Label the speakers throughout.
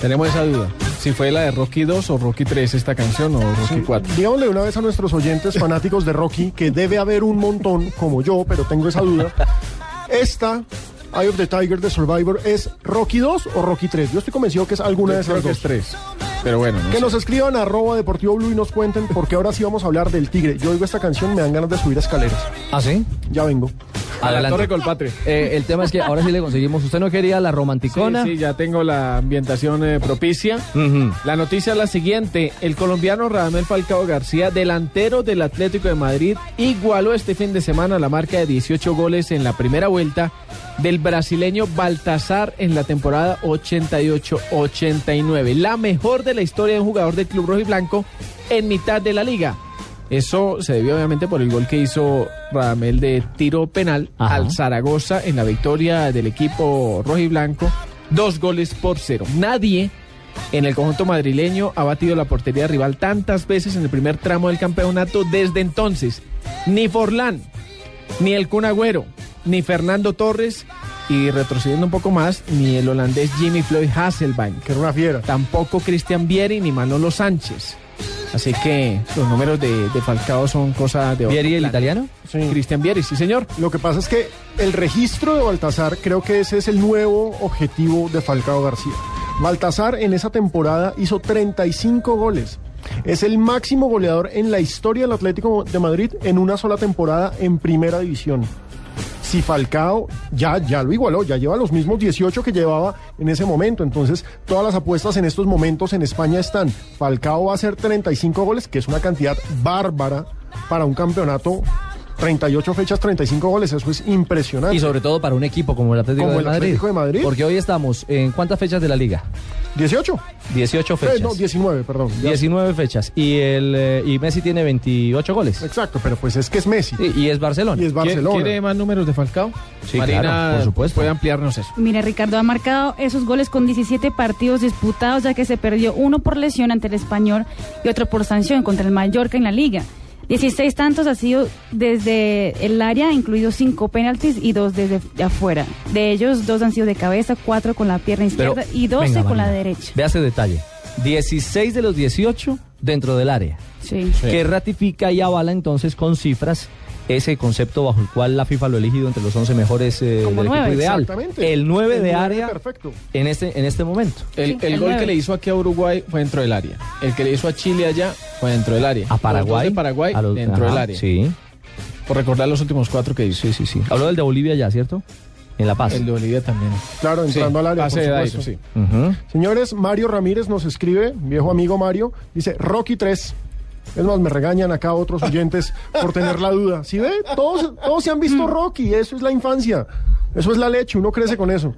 Speaker 1: Tenemos esa duda. Si fue la de Rocky 2 o Rocky 3 esta canción o Rocky 4.
Speaker 2: Digámosle una vez a nuestros oyentes fanáticos de Rocky, que debe haber un montón, como yo, pero tengo esa duda. Esta, Eye of the Tiger de Survivor, ¿es Rocky 2 o Rocky 3? Yo estoy convencido que es alguna de
Speaker 1: Yo
Speaker 2: esas
Speaker 1: creo que es
Speaker 2: dos.
Speaker 1: 3. Pero bueno, no
Speaker 2: Que
Speaker 1: sé.
Speaker 2: nos escriban a arroba deportivo blue y nos cuenten, porque ahora sí vamos a hablar del tigre. Yo oigo esta canción, me dan ganas de subir escaleras.
Speaker 3: ¿Ah, sí?
Speaker 2: Ya vengo.
Speaker 1: A la Torre
Speaker 3: Adelante.
Speaker 1: Colpatria.
Speaker 3: Eh, el tema es que ahora sí le conseguimos. Usted no quería la
Speaker 1: Sí,
Speaker 3: romanticona.
Speaker 1: sí, ya tengo la ambientación eh, propicia.
Speaker 3: Ujú.
Speaker 1: La noticia es la siguiente. El colombiano Radamel Falcao García, delantero del Atlético de Madrid, igualó este fin de semana la marca de 18 goles en la primera vuelta del brasileño Baltasar en la temporada 88-89. La mejor de la historia de un jugador del club rojiblanco en mitad de la liga. Eso se debió obviamente por el gol que hizo Radamel de tiro penal
Speaker 3: Ajá.
Speaker 1: al Zaragoza en la victoria del equipo rojiblanco. Dos goles por cero. Nadie en el conjunto madrileño ha batido la portería rival tantas veces en el primer tramo del campeonato desde entonces. Ni Forlán, ni el Kun Agüero, ni Fernando Torres y retrocediendo un poco más, ni el holandés Jimmy Floyd Hasselbank.
Speaker 2: Que era una fiera.
Speaker 1: Tampoco Cristian Vieri ni Manolo Sánchez. Así que los números de, de Falcao son cosas de otro
Speaker 3: ¿Vieri el
Speaker 1: planeta.
Speaker 3: italiano?
Speaker 2: Sí.
Speaker 1: Cristian Vieri, sí señor.
Speaker 2: Lo que pasa es que el registro de Baltasar, creo que ese es el nuevo objetivo de Falcao García. Baltasar en esa temporada hizo 35 goles. Es el máximo goleador en la historia del Atlético de Madrid en una sola temporada en primera división. Si Falcao ya, ya lo igualó, ya lleva los mismos 18 que llevaba en ese momento. Entonces, todas las apuestas en estos momentos en España están. Falcao va a hacer 35 goles, que es una cantidad bárbara para un campeonato. 38 fechas, 35 goles, eso es impresionante.
Speaker 3: Y sobre todo para un equipo como el Atlético,
Speaker 2: Como
Speaker 3: de,
Speaker 2: el
Speaker 3: Madrid.
Speaker 2: Atlético de Madrid.
Speaker 3: Porque hoy estamos en cuántas fechas de la liga?
Speaker 2: 18.
Speaker 3: 18
Speaker 2: Eh,
Speaker 3: fechas.
Speaker 2: no, 19, perdón. Ya-
Speaker 3: 19 fechas. Y, el, eh, y Messi tiene 28 goles.
Speaker 2: Exacto, pero pues es que es Messi
Speaker 3: Y, y es Barcelona.
Speaker 2: y es Barcelona.
Speaker 1: ¿Quiere más números de Falcao?
Speaker 3: Sí,
Speaker 1: Marina,
Speaker 3: claro, por supuesto.
Speaker 1: puede ampliarnos eso.
Speaker 4: Mire, Ricardo ha marcado esos goles con 17 partidos disputados, ya que se perdió uno por lesión ante el español y otro por sanción contra el Mallorca en la liga. 16 tantos ha sido desde el área, incluidos cinco penaltis y dos desde afuera. De ellos, dos han sido de cabeza, cuatro con la pierna
Speaker 3: Pero-
Speaker 4: izquierda y 12
Speaker 3: venga,
Speaker 4: con la
Speaker 3: Marina,
Speaker 4: derecha.
Speaker 3: Vea ese detalle. 16 de los 18 dentro del área.
Speaker 4: Sí.
Speaker 3: que ratifica y avala entonces con cifras ese concepto bajo el cual la FIFA lo ha elegido entre los 11 mejores eh,
Speaker 4: Como
Speaker 3: del
Speaker 4: nueve,
Speaker 3: equipo ideal.
Speaker 2: Exactamente.
Speaker 3: El 9 de
Speaker 2: El
Speaker 3: área
Speaker 2: Perfecto.
Speaker 3: en este, en este momento.
Speaker 1: El,
Speaker 4: Sí,
Speaker 1: el
Speaker 4: el
Speaker 1: gol
Speaker 4: nueve.
Speaker 1: que le hizo aquí a Uruguay fue dentro del área. El que le hizo a Chile allá fue dentro del área.
Speaker 3: A
Speaker 1: Los
Speaker 3: Paraguay.
Speaker 1: dos de Paraguay
Speaker 3: a los-
Speaker 1: dentro
Speaker 3: ajá,
Speaker 1: del área.
Speaker 3: Sí,
Speaker 1: Por recordar los últimos cuatro que hizo.
Speaker 3: sí, sí, sí. Habló del de Bolivia ya, ¿cierto? En La Paz.
Speaker 1: El de Bolivia también.
Speaker 2: Claro, entrando al área.
Speaker 1: pase
Speaker 2: por
Speaker 1: de
Speaker 2: supuesto.
Speaker 1: Dairo, sí.
Speaker 3: Ujú.
Speaker 2: Señores, Mario Ramírez nos escribe, viejo amigo Mario, dice Rocky 3. Es más, me regañan acá otros oyentes por tener la duda. Si ve, todos, todos se han
Speaker 4: Mm.
Speaker 2: visto Rocky, eso es la infancia, eso es la leche, uno crece con eso.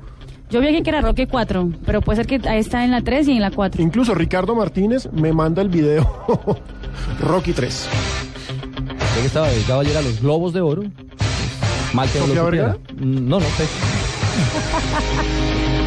Speaker 4: Yo vi aquí que era Roque 4, pero puede ser que ahí está en la 3 y en la 4.
Speaker 2: Incluso Ricardo Martínez me manda el video Rocky 3.
Speaker 3: Creo que estaba dedicado ayer a los Globos de Oro. Mal que no lo Mm,
Speaker 2: ¿Sofía
Speaker 3: supiera.
Speaker 2: Vergara?
Speaker 3: Mm, No, no sé.